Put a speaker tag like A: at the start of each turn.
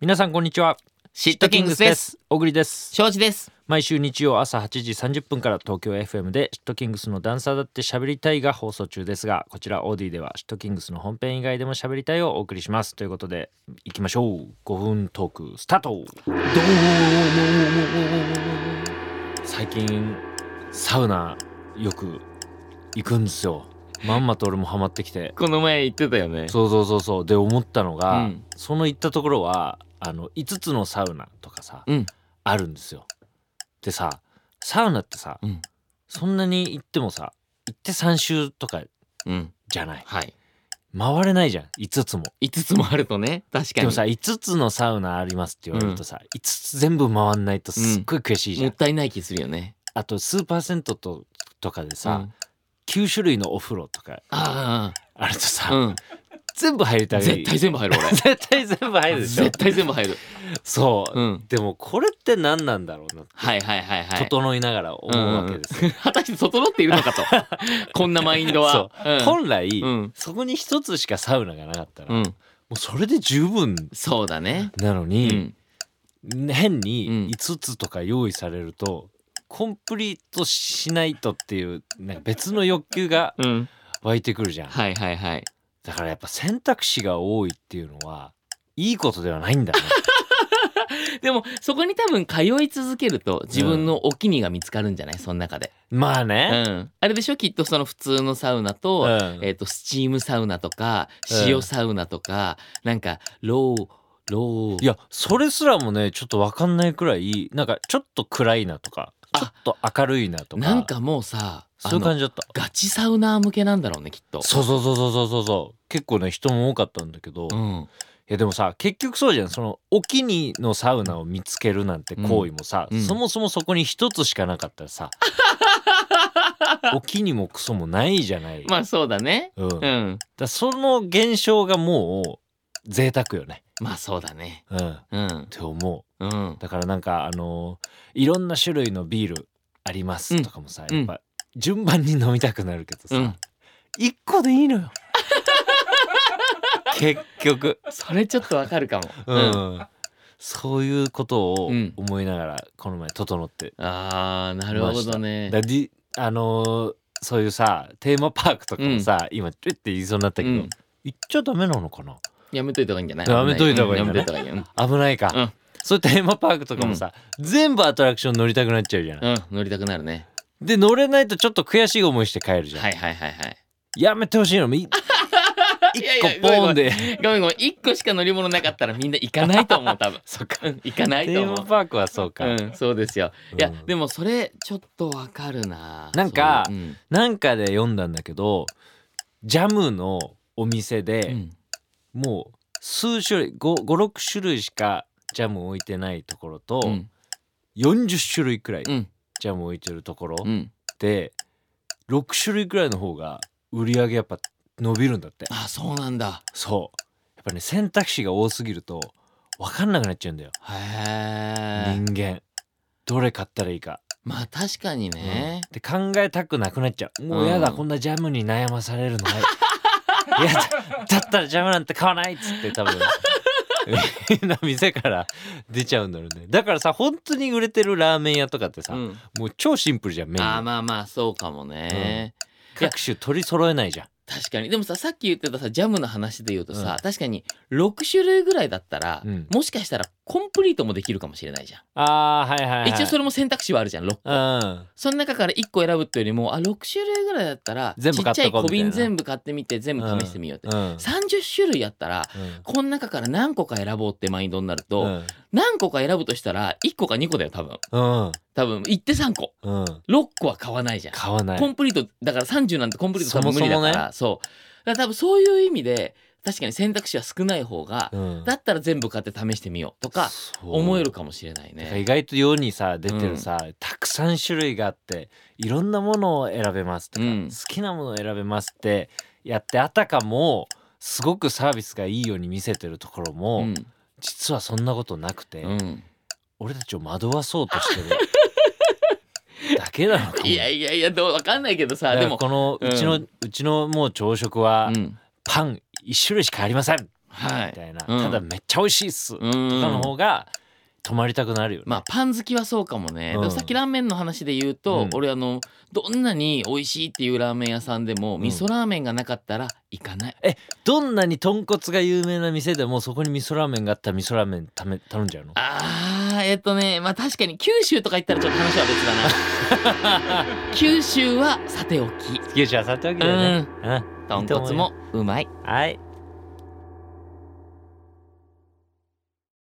A: 皆さんこんにちは
B: シットキングスです。
A: 小栗です
B: 庄司です。
A: 毎週日曜朝8時30分から東京 FM でシットキングスのダンサーだって喋りたいが放送中ですがこちら OD ではシットキングスの本編以外でも喋りたいをお送りしますということでいきましょう5分トークスタート
B: どうも。
A: 最近サウナよく行くんですよまんまと俺もハマってきて
B: この前言ってたよね。
A: そうそうそうそうで思ったのが、
B: うん
A: その行ったところはあの5つのサウナとかさ、
B: うん
A: あるんですよでさサウナってさ、
B: うん
A: そんなに行ってもさ行って3周とか
B: うん。
A: じゃない
B: はい。
A: 回れないじゃん5つも
B: 五つもあるとね。確かに。
A: でもさ5つのサウナありますって言われるとさ、5つ全部回んないとすっごい悔しいじゃ
B: も
A: ん、
B: ったいない気するよね。
A: あとスーパーセントととかで
B: う
A: さ、
B: ん
A: 9種類のお風呂とか
B: あ
A: あるとさ、
B: あ。うん。
A: 全部入りたい
B: 絶対全部入る
A: 絶対全部入
B: 俺。
A: るでしょ
B: 絶対全部入る。
A: そう、
B: うん。
A: でもこれって何なんだろうなって
B: はいはいはいはい。
A: 整いながら思うわけですよ、
B: 果たして整っているのか と。こんなマインドは。う。
A: 本来、
B: うん
A: そこに一つしかサウナがなかったら、
B: う
A: も
B: ん。
A: うそれで十分
B: そうだね。
A: なの
B: う
A: に、
B: ん。
A: 変
B: うん
A: に5つとか用意されるとコンプリートしないとっていうなんか別の欲求が
B: うん。
A: 湧いてくるじゃん、
B: はいはいはい。
A: だからやっぱ選択肢が多いっていうのはいいことではないんだね
B: でもそこに多分通い続けると自分のお気に入りが見つかるんじゃないその中で。
A: まあ
B: う
A: ね、
B: ん、あれでしょきっとその普通のサウナと,、
A: うん
B: えー、とスチームサウナとか
A: うん
B: 塩サウナとか、なんかローロー
A: いやそれすらもねちょっと分かんないくらいなんかちょっと暗いなとか
B: あ
A: ちょっと明るいなとか
B: なんかもうさ
A: そういう
B: あ
A: 感
B: の
A: じだった
B: ガチサウナー向けなんだろうねきっと。
A: そうそうそうそうそうそうそう結構ね人も多かったんだけど、
B: う
A: い
B: ん
A: やでもさ結局そうじゃんそのお気に入りのサウナを見つけるなんて行為もさ、
B: うんうん
A: そもそもそこに一つしかなかったら さお気にもクソもないじゃない、
B: まあそうだね。
A: うん、だ
B: う
A: か
B: ん、
A: らその現象がもう贅沢よね、
B: まあそうだね。
A: うん、っ
B: うん
A: て思う
B: うん、
A: だからなんかあのーいろんな種類のビールありますとかもさ、
B: うん
A: やっぱ順番に飲みたくなるけど
B: う
A: さ
B: ん、
A: 一、個でいいの よ結局
B: それちょっとわかるかも。
A: うん、そういうことを
B: うん
A: 思いながらこの前整って、
B: あーなるほどね。
A: だりあのーそういうさテーマパークとかもさ、今ちょって言いそうになったけど、
B: うん
A: 行っちゃダメなのかな
B: やめといた方がいいんじゃない
A: やめといた方がいいんだ
B: うん
A: ね
B: やめといた方がいいようん
A: 危ないか、
B: うん
A: そういうテーマパークとかもさ、全部アトラクション乗りたくなっちゃうじゃない、
B: うん、乗りたくなるね。
A: で乗れないとちょっと悔しい思いして帰るじゃん、
B: はいはいはいはい。
A: やめてほしいのい
B: い
A: 一
B: やい
A: 個
B: や
A: ポーンで
B: ごめんごめん一個しか乗り物なかったらみんな行かないと思う多分
A: そっかテ
B: うん行かないと
A: ー
B: 思
A: マ
B: う
A: パークはそうか、
B: うんそうですよいや
A: うん
B: でもそれちょっとわかるな
A: なんか
B: そううん
A: なんかで読んだんだけどジャムのお店で、
B: うん
A: もう数種類56種類しかジャム置いてないところと、
B: うん
A: 40種類くらい
B: うん
A: ジャム置いてるところ
B: うん
A: で、6種類くらいの方が売り上げやっぱ伸びるんだって
B: あそうなんだ
A: そうやっぱね選択肢が多すぎると分かんなくなっちゃうんだよ、
B: へえ
A: 人間どれ買ったらいいか、
B: まあ確かにね
A: で考えたくなくなっちゃうもうやだ、
B: うん
A: こんなジャムに悩まされるのはい いやだだったらジャムなんて買わないっつって多分みんな店から出ちゃうんだろうねだからさ本当に売れてるラーメン屋とかってさ、
B: うん
A: もう超シンプルじゃんメニュ
B: あ
A: ー
B: ーまあまあそうかもね
A: 各種取り揃えないじゃん
B: 確かにでもささっき言ってたさジャムの話で言うと
A: うん
B: さ確かに6種類ぐらいだったら
A: うん
B: もしかしたらコンプリートもできるかもしれないじゃ
A: あーはいはい、は
B: ん
A: い、
B: 一応それも選択肢はあるじゃん六
A: うん
B: その中から1個選ぶってよりもあ6種類ぐらいだったら
A: 全部買っ
B: ちっち
A: と
B: ゃい
A: こう
B: 小瓶
A: みたいな
B: 全部買ってみて全部試してみようって、
A: うん
B: 30種類やったら
A: うん
B: この中から何個か選ぼうってマインドになると、
A: うん
B: 何個か選ぶとしたら1個か2個だよ多分
A: うん
B: 多分1って3個
A: うん
B: 6個は買わないじゃん、
A: 買わない
B: コンプリートだから30なんてコンプリート多分
A: そ
B: 無
A: も
B: 理
A: そも
B: だ
A: ね
B: からそうだから多分そういう意味で確かに選択肢は少ない方が、
A: うん
B: だったら全部買って試してみようとか
A: そう
B: 思えるかもしれない
A: だから
B: ね
A: 意外と世にさ出てるさ、たくさん種類があっていろんなものを選べますとか、
B: うん
A: 好きなものを選べますってやってあたかもすごくサービスがいいように見せてるところも、
B: うん
A: 実はそんなことなくて、
B: うん
A: 俺たちを惑わそうと してるだけなのかも。
B: いやいやいやどうわかんないけど
A: だ
B: さ
A: から
B: でも
A: この
B: うん
A: うちの、うちのもう朝食は
B: うん
A: パン一種類しかありません、
B: は
A: み
B: い
A: たいな、
B: う
A: た
B: ん
A: だめっちゃ美味しいっす、
B: う
A: と
B: ん
A: かの方が泊まりたくなるよね、
B: まあパン好きはそうかもね、
A: うん
B: でもさっきラーメンの話で言うと、
A: うん
B: 俺あのどんなに美味しいっていうラーメン屋さんでも、
A: ん
B: 味噌ラーメンがなかったら行かない
A: どんなに豚骨が有名な店でもそこに味噌ラーメンがあったら味噌ラーメンため頼んじゃうの
B: あーえっとねまあ確かに九州とか行ったらちょっと話は別 だな九州はさておき
A: 九州はさておきだよね、うん
B: 豚骨もうまい
A: はい